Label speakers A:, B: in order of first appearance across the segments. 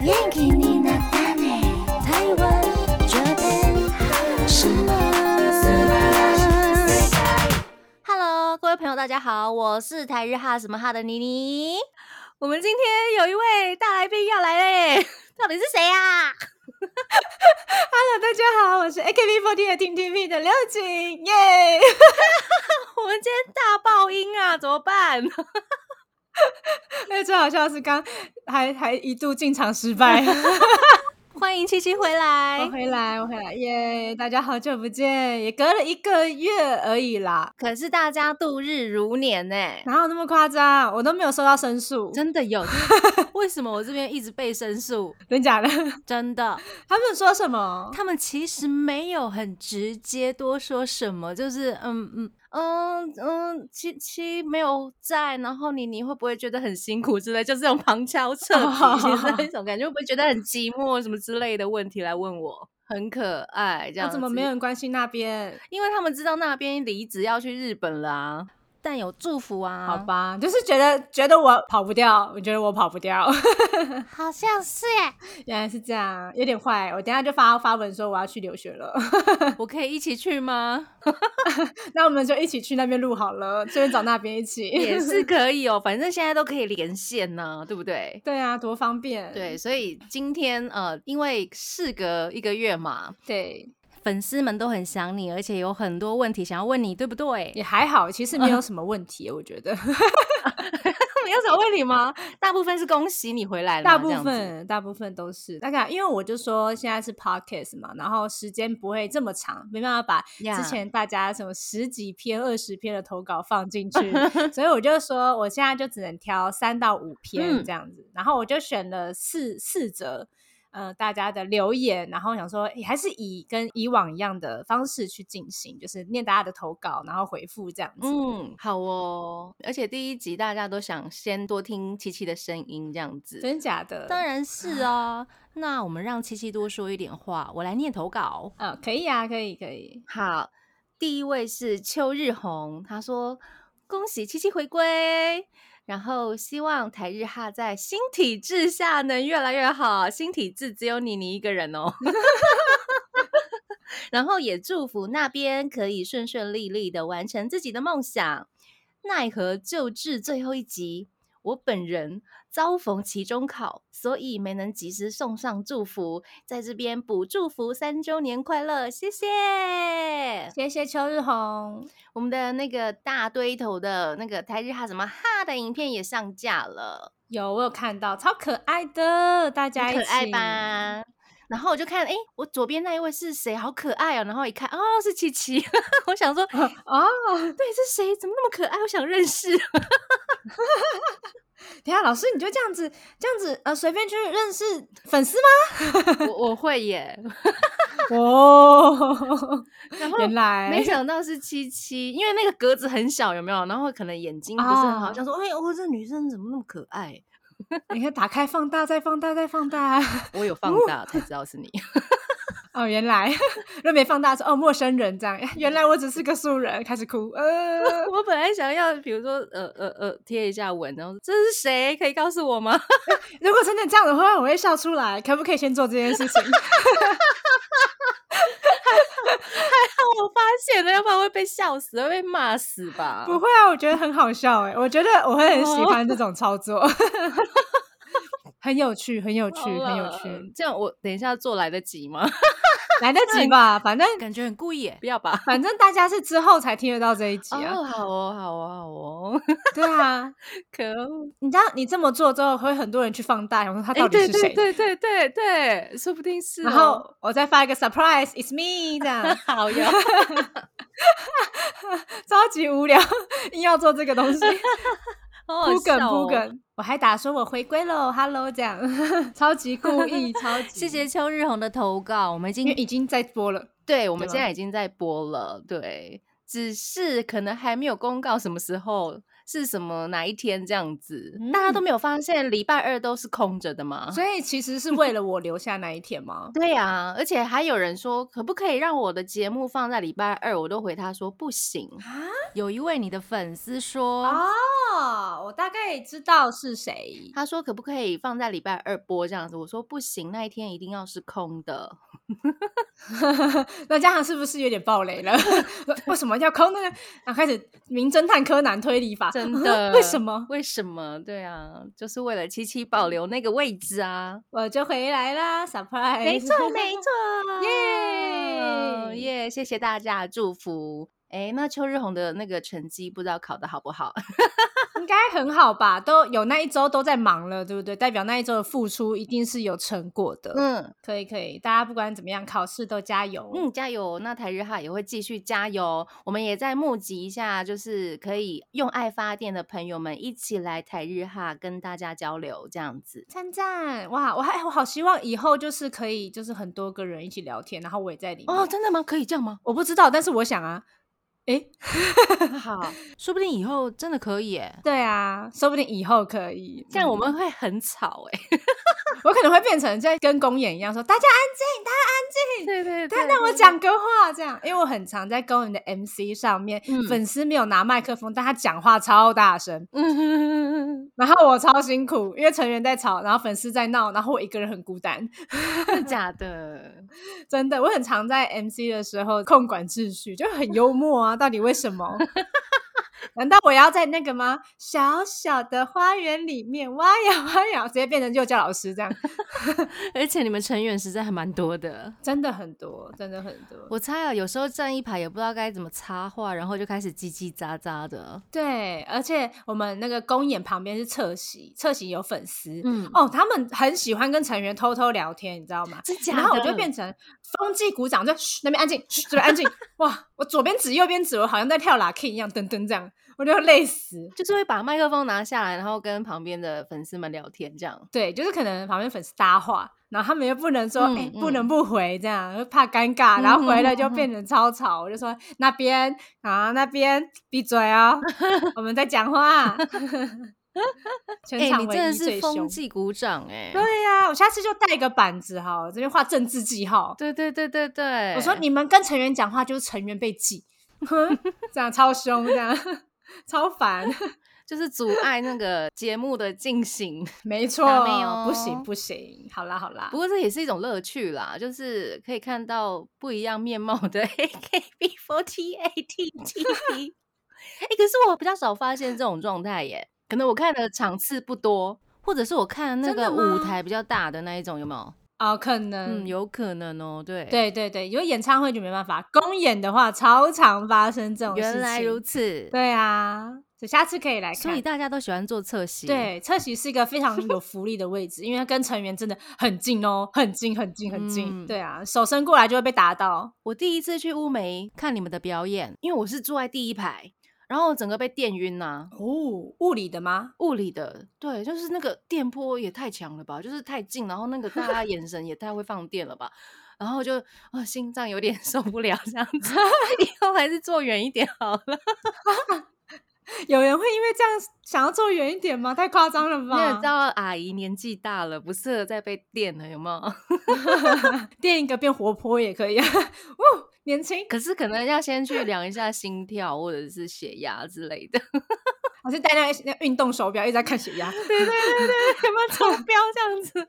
A: 元気になったね台湾 Japan 什么
B: Hello，各位朋友，大家好，我是台日哈什么哈的妮妮。我们今天有一位大来宾要来嘞，到底是谁 呀、啊？
C: Hello，大家好，我是 AKB48 Team TP 的刘瑾，耶、
B: 我们今天大爆音啊，怎么办？
C: 而且最好笑的是刚还还一度进场失败，
B: 欢迎七七回来
C: 我。回来，我回来，耶、大家好久不见，也隔了一个月而已啦，
B: 可是大家度日如年呢、
C: 哪有那么夸张？啊我都没有收到申诉，
B: 真的有？ 就是为什么我这边一直被申诉？
C: 真假的？ 他
B: 真的，
C: 们说什么？
B: 他们其实没有很直接多说什么，就是嗯嗯嗯嗯，七七没有在，然后你你会不会觉得很辛苦之类，就是这种旁敲侧 击那种感觉，会不会觉得很寂寞什么之类的问题来问我，很可爱这
C: 那
B: 样。
C: 怎么没有？人关心那边？
B: 因为他们知道那边离职要去日本啦、啊但有祝福啊，
C: 好吧，就是觉得觉得我跑不掉，我觉得我跑不 掉，
B: 好像是耶，
C: 原来是这样，有点坏。我等一下就发发文说我要去留学了，
B: 我可以一起去 吗？
C: 那我们就一起去那边录好了，顺便找那边一起。
B: 也是可以哦，反正现在都可以连线呢、对不对？
C: 对啊，多方便。
B: 对，所以今天呃，因为事隔一个月嘛，
C: 对，
B: 粉丝们都很想你，而且有很多问题想要问你，对不对？
C: 也还好，其实没有什么问题，我觉得
B: 没有什么问题吗？大部分是恭喜你回来了嘛，
C: 大部
B: 这样子
C: 分大部分都是大概，因为我就说现在是 podcast 嘛，然后时间不会这么长，没办法把
B: 呀
C: 之前大家什么十几篇、二十篇的投稿放 进去，所以我就说我现在就只能挑三到五篇
B: 嗯
C: 这样子，然后我就选了四四则。呃，大家的留言，然后想说，诶还是以跟以往一样的方式去进行，就是念大家的投稿，然后回复这样子。
B: 嗯，好哦。而且第一集大家都想先多听七七的声音，这样子。
C: 真假的？
B: 当然是啊。那我们让七七多说一点话，我来念投稿。
C: 啊、可以啊，可以，可以。
B: 好，第一位是秋日红，他说：“恭喜七七回归，然后希望台日哈在新体制下能越来越好。新体制只有你你一个人哦。”然后也祝福那边可以顺顺利利的完成自己的梦想。奈何就至最后一集，我本人遭逢期中考，所以没能及时送上祝福，在这边补祝福三周年快乐，谢谢
C: 谢谢秋日红，
B: 我们的那个大堆头的那个台日哈什么哈的影片也上架了，
C: 有我有看到，超可爱的，大家
B: 很
C: 一起
B: 可爱？吧？然后我就看，哎，我左边那一位是谁？好可爱哦！然后一看，哦，是七七。 我想说，对，
C: 哦，
B: 是谁？怎么那么可爱？我想认识。
C: 等一下老师你就这样子，这样子呃，随便去认识粉丝吗？
B: 我我会耶。
C: 哦，
B: 然后
C: 原来
B: 没想到是七七，因为那个格子很小，有没有？然后可能眼睛不是很好，
C: 啊
B: 想说，哎，我、哦、这女生怎么那么可爱？
C: 你看打开放大，再放大，再放大。
B: 我有放大才知道是你。
C: 哦，原来若没放大说哦，陌生人这样，原来我只是个素人，开始哭。呃，
B: 我本来想要，比如说，呃呃呃，贴一下文，然后这是谁？可以告诉我吗？
C: 如果真的这样的话，我会笑出来。可不可以先做这件事情？
B: 我发现了，要不然会被笑死，会被骂死吧？
C: 不会啊，我觉得很好笑哎、我觉得我会很喜欢这种操 作，很有趣，很有趣，
B: 好
C: 很有
B: 了
C: 趣，。
B: 这样我等一下做来得及吗？
C: 来得及吧？反正
B: 感觉很故意耶，不要吧？
C: 反正大家是之后才听得到这一集啊。
B: 哦，好哦，好哦，好哦，
C: 对啊，
B: 可恶！
C: 你知道你这么做之后，会很多人去放大，想说他
B: 哎，
C: 到底
B: 对
C: 是谁。
B: 对对对对对，说不定是哦。，
C: 然后我再发一个 surprise，it's me 这样
B: 好哟，
C: 超级无聊，硬要做这个东西，
B: 好好
C: 铺梗
B: 笑
C: 铺
B: 哦。
C: 梗。我还打说我回归喽，hello 这样， 超级故意，超级
B: 谢，谢秋日红的投稿，我们已
C: 嗯因为
B: 经
C: 已经在播了。
B: 对，我们
C: 对
B: 现
C: 吗
B: 在已经在播了，对，只是可能还没有公告什么时候是什么哪一天这样子，
C: 嗯
B: 大家都没有发现礼拜二都是空着的吗？
C: 所以其实是为了我留下那一天吗？
B: 对呀、啊，而且还有人说，可不可以让我的节目放在礼拜二？我都回他说不行。
D: 有一位你的粉丝说，
C: 哦，我大概知道是谁。
B: 他说可不可以放在礼拜二播这样子？我说不行，那一天一定要是空的。
C: 那这样是不是有点暴雷了？ 为什么要空那个？然后开始名侦探柯南推理法，
B: 真的？
C: 啊为什么？
B: 为什么？对啊，就是为了七七保留那个位置啊。
C: 我就回来啦，surprise！
B: 没错，没错，
C: 耶
B: 耶！谢谢大家的祝福。哎，那邱日红的那个成绩不知道考的好不好？
C: 嗯应该很好吧？都有那一周都在忙了，对不对？代表那一周的付出一定是有成果的。
B: 嗯
C: 可以可以，大家不管怎么样，考试都加油。
B: 嗯，加油！那台日哈也会继续加油，我们也在募集一下，就是可以用爱发电的朋友们一起来台日哈跟大家交流，这样子。
C: 赞赞！哇，我还我好希望以后就是可以，就是很多个人一起聊天，然后我也在里面。？
B: 哦，真的吗？可以这样吗
C: 我不知道，但是我想啊，诶，
B: 好，
D: 说不定以后真的可以耶。
C: 对啊，说不定以后可以。
B: 这样我
C: 嗯
B: 们会很吵哎、
C: 我可能会变成在跟公演一样说，大家安静，大家安静。
B: 对对
C: 他让我讲个话，这样，因为我很常在公演的 MC 上面，
B: 嗯
C: 粉丝没有拿麦克风，但他讲话超大声，
B: 嗯，
C: 然后我超辛苦，因为成员在吵，然后粉丝在闹，然后我一个人很孤单，
B: 真的 假的？
C: 真的，我很常在 MC 的时候控管秩序，就很幽默啊，到底为什么？ 难道我要在那个吗？小小的花园里面挖呀挖呀，直接变成幼教老师这样，
D: 而且你们成员实在还蛮多的，
C: 真的很多，真的很多。
D: 我猜啊，有时候站一排也不知道该怎么插话，然后就开始叽叽喳喳的。
C: 对，而且我们那个公演旁边是侧席，侧席有粉丝。
D: 嗯，
C: 哦，他们很喜欢跟成员偷偷聊天，你知道吗？
B: 真假的？
C: 然后我就变成风纪鼓掌，就嘘那边安静，嘘这边安静。哇，我左边指右边指，我好像在跳 lucky 一样，噔噔这样，我就累死。
B: 就是会把麦克风拿下来，然后跟旁边的粉丝们聊天这样。
C: 对，就是可能旁边粉丝搭话，然后他们又不能说，哎、
B: 嗯
C: 不
B: 嗯
C: 能不回，这样就怕尴尬，
D: 嗯
C: 然后回了就变成超吵。我就说那边啊，那边闭嘴 哦，我们在讲话。 全
D: 哎、
C: 场
D: 你
C: 唯
D: 真的
C: 一最
D: 是风
C: 凶。
D: 纪鼓掌哎、
C: 对呀、我下次就带一个板子哈，我这边画政治记号。
B: 对对对对对，
C: 我说你们跟成员讲话就是成员被记，哼这样超凶，这样 超烦。
B: 就是阻碍那个节目的进行。
C: 没错
D: 打妹哦，
C: 不行不行，好啦好啦
B: 不，过这也是一种乐趣啦，就是可以看到不一样面貌的 AKB48 TTP。哎、可是我比较少发现这种状态耶，可能我看的场次不多。
D: 或者是我看那
C: 真
D: 个
C: 的
D: 舞
C: 吗
D: 台比较大的那一种，有没有？
C: 哦，可
D: 嗯，
C: 能
D: 有可能哦。对，
C: 对对对，因为演唱会就没办法，公演的话超常发生这种事情。
D: 原来如，此。
C: 对啊，所以下次可以来看。
D: 所以大家都喜欢做侧席。，
C: 对，侧席是一个非常有福利的位置，因为它跟成员真的很近哦，很近很近很近。
D: 嗯
C: 对啊，手伸过来就会被打到。
B: 我第一次去乌梅，
D: 看你们的表演，
B: 因为我是坐在第一排，然后整个被电晕呐、
C: 哦，物理的吗？
B: 物理的，对，就是那个电波也太强了吧，就是太近，然后那个大家眼神也太会放电了吧，然后就啊、心脏有点 受不了这样子，以后还是坐远一点好了。
C: 有人会因为这样想要坐远一点吗？太夸张了
B: 你也知
C: 吧！
B: 道阿姨年纪大了，不适合再被电了，有没有？
C: 垫一个变活泼也可以啊， 哦，年轻，
B: 可是可能要先去量一下心跳或者是血压之类的，
C: 还是戴那个那个运动手表一直在看血压，
B: 有没有超标这样子？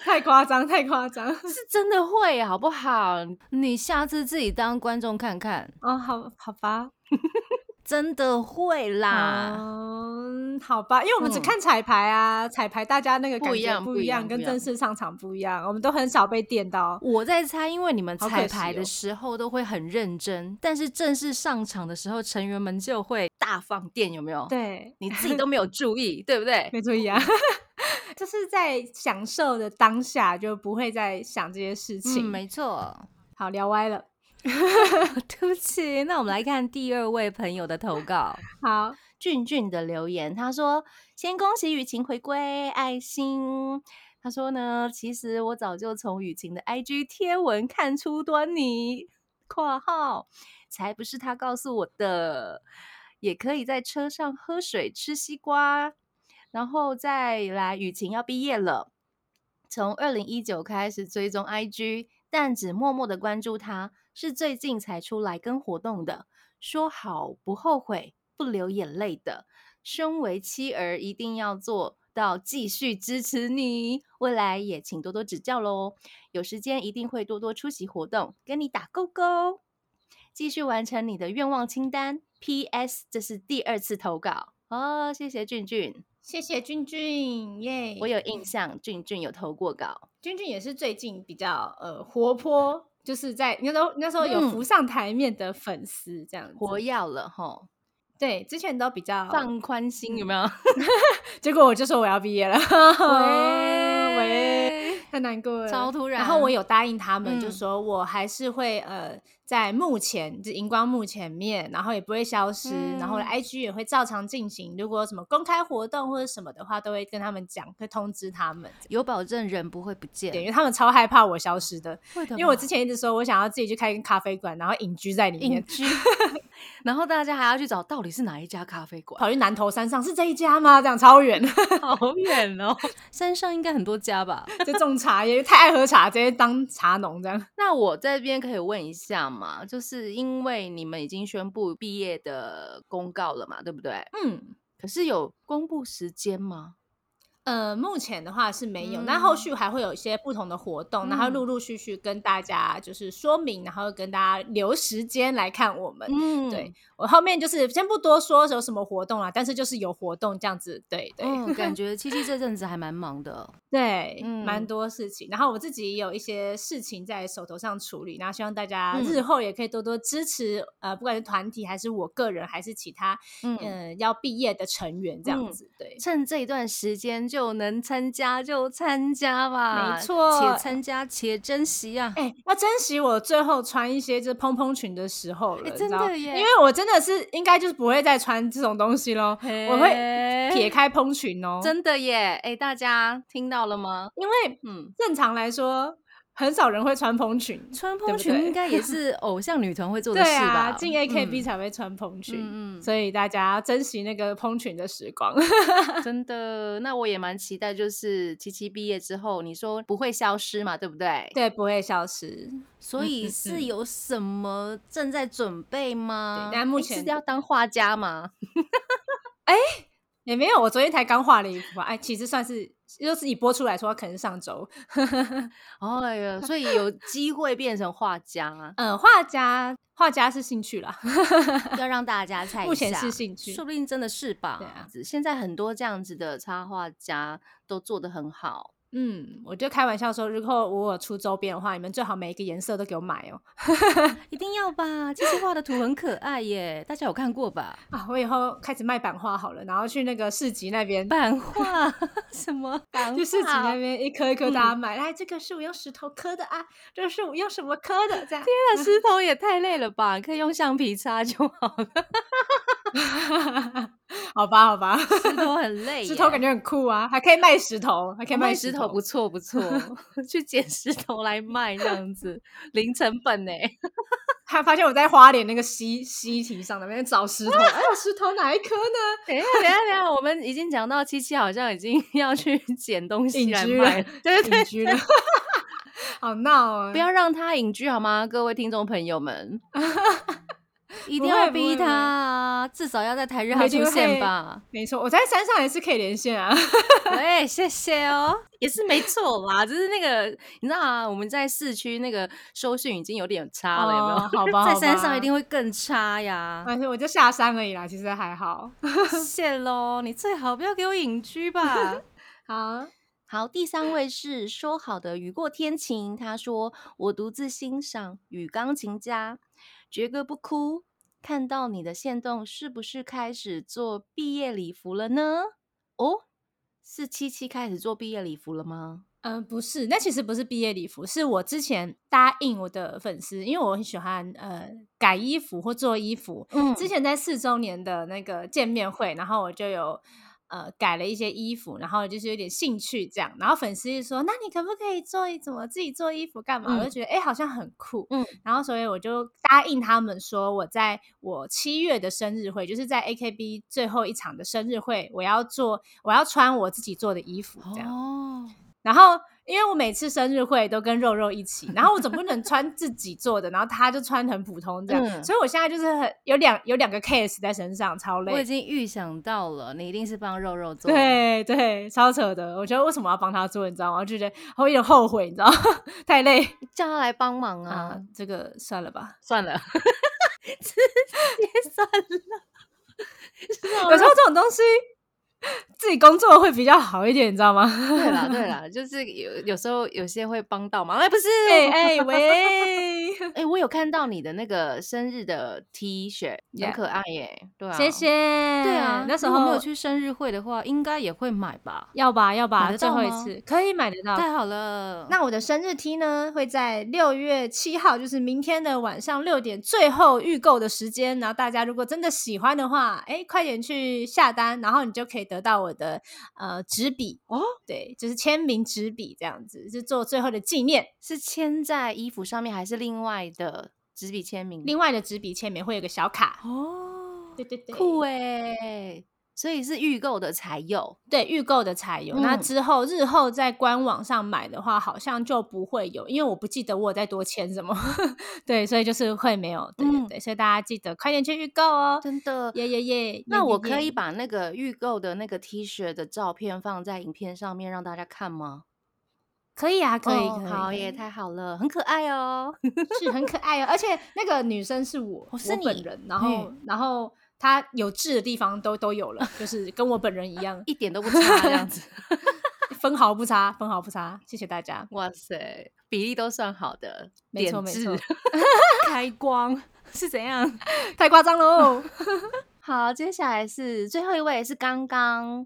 C: 太夸张，太夸张！
B: 是真的会好不好？
D: 你下次自己当观众看看，
C: 哦，好好吧，
D: 真的会啦。
C: 啊嗯，好吧，因为我们只
D: 嗯
C: 看彩排啊，彩排大家那个
B: 不
C: 感
B: 一
C: 觉
B: 样
C: 不
B: 不
C: 一
B: 一
C: 样，
B: 样
C: 跟
B: 不一
C: 正
B: 样
C: 式上场不一样，我们都很少被电到。
D: 我在猜，因为你们
C: 好可
D: 彩
C: 惜
D: 排
C: 哦
D: 的时候都会很认真，但是正式上场的时候，成员们就会
B: 大放电有没有？，
C: 对，
B: 你自己都没有注意，对不对？
C: 没注意啊， 就是在享受的当下，就不会再想这些事
D: 嗯，
C: 情。
D: 没错。
C: 好，聊歪了，
D: 对不起，那我们来看第二位朋友的投稿。
C: 好，
B: 俊俊的留言，他说：“先恭喜雨晴回归，爱心。”他说呢，其实我早就从雨晴的 IG 贴文看出端倪（括号才不是他告诉我的）。也可以在车上喝水、吃西瓜。然后再来，雨晴要毕业了，从二零一九开始追踪 IG，但只默默的关注他，是最近才出来跟活动的。说好不后悔、不流眼泪的，身为妻儿一定要做到继续支持你，未来也请多多指教喽。有时间一定会多多出席活动，跟你打勾勾，继续完成你的愿望清单。P.S. 这是第二次投稿哦，谢谢俊俊，
C: 谢谢君君，耶！
B: 我有印象，俊俊有投过稿，
C: 君君也是最近比较呃活泼，就是在那时候那时候有
B: 嗯
C: 浮上台面的粉丝这样子，
B: 活跃了吼，
C: 对之前都比较，
B: 放宽心有没有？
C: 结果我就说我要毕业了， 喂，
B: 喂，
C: 太难过了，
D: 超突然。
C: 然后我有答应他们，就
D: 嗯
C: 说我还是会呃在幕前，就荧光幕前面，然后也不会消失，然后我的
D: 嗯
C: IG 也会照常进行。如果有什么公开活动或者什么的话，都会跟他们讲，会通知他们。
D: 有保证人不会不见，
C: 对，因为他们超害怕我消失的，
D: 会的
C: 因为我
D: 吧
C: 之前一直说我想要自己去开一个咖啡馆，然后隐居在里面
D: 隐， 居，然后大家还要去找到底是哪一家咖啡馆，
C: 跑去南头山上，是这一家吗？这样超远，
D: 好远 哦，山上应该很多家吧？
C: 就种茶叶，太爱喝茶，直接当茶农这样。
B: 那我这边可以问一下嘛，就是因为你们已经宣布毕业的公告了嘛，对不对？
C: 嗯。
B: 可是有公布时间吗？
C: 呃，目前的话是没有，那、后
D: 嗯
C: 续还会有一些不同的活动，然后陆陆续续跟大家就是说明，然后跟大家留时间来看我们。
B: 嗯
C: 对，我后面就是先不多说有什么活动啦，但是就是有活动这样子，对对、
D: 嗯，感觉七七这阵子还蛮忙
B: 哦
D: 的，
C: 对，蛮
D: 嗯
C: 多事情。然后我自己也有一些事情在手头上处理，那希望大家
D: 嗯
C: 日后也可以多多支持，呃，不管是团体还是我个人，还是其他
D: 嗯，
C: 呃要毕业的成员这样
B: 嗯
C: 子，对。
B: 趁这一段时间就能参加就参加吧，
C: 没错
D: 且参加且珍惜啊，
C: 哎、要珍惜我最后穿一些就是蓬蓬裙的时候了，
D: 哎
C: 你知
D: 真
C: 道
D: 的耶
C: 因为我真的是应该就是不会再穿这种东西喽，我会
D: 嘿
C: 撇开蓬裙哦，
B: 真的耶！哎，大家听到了吗？
C: 因为
B: 嗯，
C: 正常来说很少人会穿蓬裙，
D: 穿
C: 对
D: 蓬
C: 不
D: 裙
C: 对
D: 应该也 是偶像女团会做的
C: 对
D: 事吧？
C: 啊，进
D: 嗯
C: AKB 才会穿蓬裙，
D: 嗯嗯
C: 所以大家珍惜那个蓬裙的 时光。
B: 真的。那我也蛮期待，就是七七毕业之后，你说不会消失嘛，对不对？
C: 对，不会消失。
D: 所以
C: 嗯
D: 是有什么正在准备吗？
C: 但目
B: 诶
C: 前
B: 是要当画家 吗？
C: 也没有，我昨天才刚画了一幅画，哎，其实算是，就是以播出来说，可能是上周，
B: 哦哎呀，所以有机会变成画家啊，
C: 嗯，画家，画家是兴趣
D: 嗯
C: 啦，
D: 要让大家猜一下，
C: 目前是兴趣
D: 说不定真的是吧？
C: 对啊
B: 现在很多这样子的插画家都做得很好。
C: 嗯，我就开玩笑说，如果我有出周边的话，你们最好每一个颜色都给我买哦。
D: 一定要吧？其实画的图很可爱耶，大家有看过吧？
C: 啊，我以后开始卖版画好了，然后去那个市集那边，
D: 版 画什么？
C: 就市集那边一颗一颗
B: 嗯
C: 大家买。哎，这个是我用石头刻的啊，这个是我用什么刻的？这样，
B: 那啊石头也太累了吧？可以用橡皮擦就好了，
C: 好吧，好吧，
B: 石头很累耶。
C: 石头感觉很酷啊，还可以卖石头，还可以
B: 哦卖
C: 石
B: 石头不错不错， 去捡石头来卖这样 子，零成本呢、
C: 还发现我在花莲那个溪溪堤上那边找石头，哎呦，石头哪一颗呢？
B: 等一下，等一下，等一下，我们已经讲到七七好像已经要去捡东西
C: 隐
B: 来
C: 居
B: 卖
C: 了
B: 了，对对
C: 隐居了， 好闹啊！
B: 不要让他隐居好吗？各位听众朋友 们，
D: 一
C: 不
D: 定要
C: 会不会
D: 逼
C: 不会
D: 他啊，至少要在台日
C: 我
D: 哈
C: 一定
D: 出现
C: 会
D: 吧？
C: 没错，我在山上也是可以连线啊。
B: 喂，谢谢哦，也是没错啦，只是那个你知道啊，我们在市区那个收讯已经有点差了，有没有？
C: 哦好吧，
D: 在
C: 好
D: 山
C: 吧
D: 上一定会更差呀。
C: 反正我就下山而已啦，其实还好。
D: 谢喽，你最好不要给我隐居吧。
C: 好，
B: 好，第三位是说好的雨过天晴。他说：“我独自欣赏与钢琴家，绝歌不哭。看到你的线动，是不是开始做毕业礼服了呢？哦，是七七开始做毕业礼服了吗？
C: 嗯、不是，那其实不是毕业礼服，是我之前答应我的粉丝，因为我很喜欢呃改衣服或做衣服。
B: 嗯
C: 之前在四周年的那个见面会，然后我就有呃改了一些衣服，然后就是有点兴趣这样。然后粉丝就说：“那你可不可以做一怎么自己做衣服干嘛？”我就觉得哎、诶好像很酷，
B: 嗯
C: 嗯。然后所以我就答应他们说，我在我七月的生日会，就是在 AKB 最后一场的生日会，我要做，我要穿我自己做的衣服这样。
B: 哦，
C: 然后因为我每次生日会都跟肉肉一起，然后我总不能穿自己做的，然后他就穿很普通这样，
B: 嗯
C: 所以我现在就是很有两有两个 case 在身上，超
B: 我已
C: 累。
B: 经预想到了，你一定是帮肉肉做。，
C: 对对，超扯的。我觉得为什么要帮他做，你知道吗？我就觉得我有点后悔，你知道吗？ 太累
B: 叫他来帮忙啊！
C: 啊，这个算了吧。
B: 算了，直接算了。
C: 有时候这种东西自己工作会比较好一点，你知道吗？
B: 对啦，对啦，就是有有时候有些会帮到忙，哎，不 是，
C: 哎哎 喂，
B: 哎、我有看到你的那个生日的 T 恤，很
C: Yeah
B: 可爱耶。对啊，
C: 谢谢。
B: 对啊，
C: 那时
B: 如果
C: 候
B: 没有去生日会的话，应该也会买吧。
C: 要吧
B: 买
C: 要吧，
B: 得
C: 最
B: 到
C: 后一
B: 吗
C: 次可以买得到，
B: 太好了，
C: 那我的生日 T 呢，会在六月七号，就是明天的晚上六点最后预购的时间。然后大家如果真的喜欢的话，哎，快点去下单，然后你就可以得到我的呃纸笔
B: 哦，
C: 对，就是签名纸笔这样子，是做最后的纪念。
B: 是签在衣服上面，还是另外的纸笔签名？
C: 另外的纸笔签名会有个小卡，
B: 哦，
C: 对对对，
B: 酷哎！所以是预购的才有
C: 对，预购的才有。那
B: 嗯
C: 之后日后在官网上买的话，好像就不会有，因为我不记得我有再多签什么， 对，所以就是会没有。对对
B: 嗯
C: 对，所以大家记得快点去预购哦。
B: 真的。
C: 耶耶耶！
B: 那
C: 耶
B: 我
C: 耶
B: 可以
C: 耶
B: 把那个预购的那个 T 恤的照片放在影片上面让大家看吗？
C: 可以啊，可以，
B: 哦
C: 可以
B: 好耶，太好了，很可爱哦。
C: 是很可爱哦。而且那个女生是嗯我，
B: 哦是
C: 我本
B: 你，
C: 人，然后然后她有痣的地方都都有了，就是跟我本人一样
B: 一点都不差这样 子。
C: 分毫不差，分毫不差。谢谢大家，
B: 哇塞，比例都算好的，
C: 没错
B: 点
C: 没
B: 痣
C: 错，
B: 开光是怎样？
C: 太夸张 喽。
B: 好，接下来是最后一位是刚刚，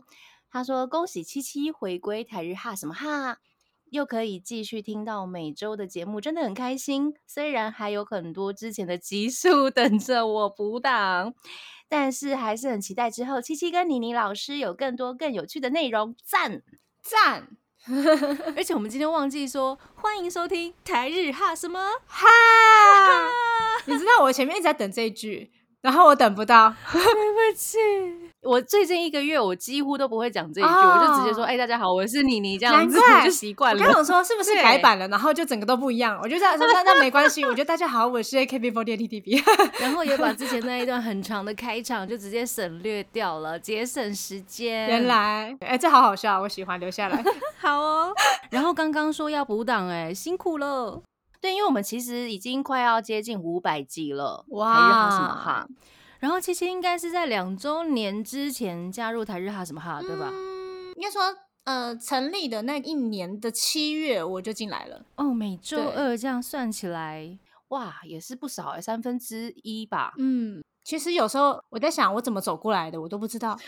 B: 他说恭喜七七回归台日哈什么哈，又可以继续听到每周的节目，真的很开心。虽然还有很多之前的集数 等着我补档，但是还是很期待之后七七跟妮妮老师有更多更有趣的内容，赞！
C: 赞
B: 而且我们今天忘记说，欢迎收听台日哈什么。
C: 哈！你知道我前面一直在等这一句，然后我等不到，
B: 我最近一个月，我几乎都不会讲这一句，我就直接说：“
C: 哦
B: 哎、大家好，我是妮妮。”这样
C: 难
B: 子
C: 怪
B: 我就习惯
C: 我
B: 了
C: 刚。想说是不是改
B: 对
C: 版了，然后就整个都不一样。我就在说那那没关系，我觉得大家好，我是 AKB48 t b
B: 然后也把之前那一段很长的开场就直接省略掉了，节省时间。
C: 原来，哎、这好好笑，我喜欢留下来。
B: 好哦。 然后刚刚说要补档，哎，辛苦了。对，因为我们其实已经快要接近五百集了，
C: 哇
B: 台日哈什么哈。然后七七应该是在两周年之前加入台日哈什么哈，对吧？
C: 嗯，应该说，呃，成立的那一年的七月我就进来了。
B: 哦，每周
C: 对
B: 二这样算起来，哇，也是不少哎、三分之一吧。
C: 嗯，其实有时候我在想，我怎么走过来的，我都不知道。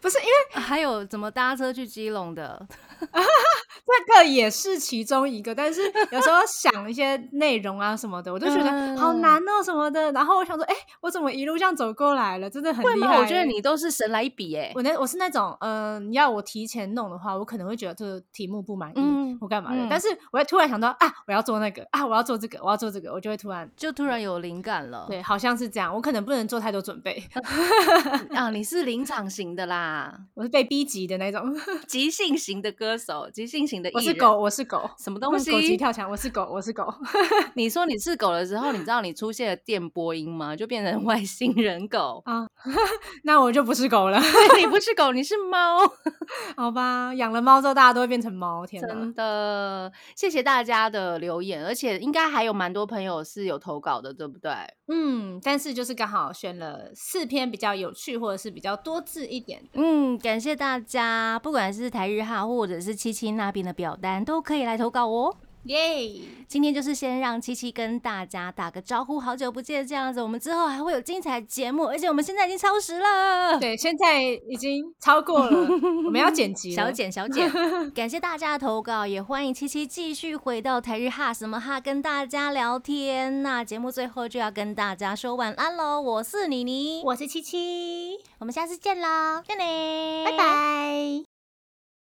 C: 不是因为
B: 还有怎么搭车去基隆的？
C: 这个也是其中一个，但是有 时候想一些内容啊什么的，我就觉得好
B: 嗯
C: 难哦什么的。然后我想说，哎、我怎么一路这样走过来了，真的很
B: 会
C: 厉
B: 吗？
C: 害。
B: 我觉得你都是神来一笔哎、
C: 我那我是那种，嗯、你要我提前弄的话，我可能会觉得这个题目不满意、
B: 嗯
C: 或干嘛的。
B: 嗯
C: 但是我会突然想到啊，我要做那个啊，我要做这个，我要做这个，我就会突然
B: 就突然有灵感了。
C: 对，好像是这样。我可能不能做太多准备，
B: 嗯啊，你是临场型的啦，
C: 我是被逼急的那种。
B: 即兴型的歌手，即兴型的艺
C: 我
B: 人。
C: 是狗，，我是狗。
B: 什么
C: 我
B: 东
C: 是 狗急
B: 西？
C: 跳墙，我是狗，我是狗。。
B: 你说你是狗的时候，你知道你出现了电波音吗？就变成外星人狗
C: 那我就不是狗了，
B: 对 你不是狗，你是猫。
C: 好吧？养了猫之后，大家都会变成猫。天 哪
B: 真！的，谢谢大家的留言，而且应该还有蛮多朋友是有投稿的，对不对？
C: 嗯，但是就是刚好选了四篇比较有趣，或者是比较多字一点的。
B: 嗯，感谢大家，不管是台日哈或者是七七那边的表单，都可以来投稿哦。
C: 耶！
B: 今天就是先让七七跟大家打个招呼，好久不见这样子。我们之后还会有精彩节目，而且我们现在已经超时了。
C: 对，现在已经超过了，我们要剪辑了
B: 小简，小简， 感谢大家的投稿，也欢迎七七继续回到台日哈什么哈跟大家聊天。那节目最后就要跟大家说晚安喽，我是妮妮，我
C: 我是七七，
B: 我们下次见喽，见你，
C: 拜拜。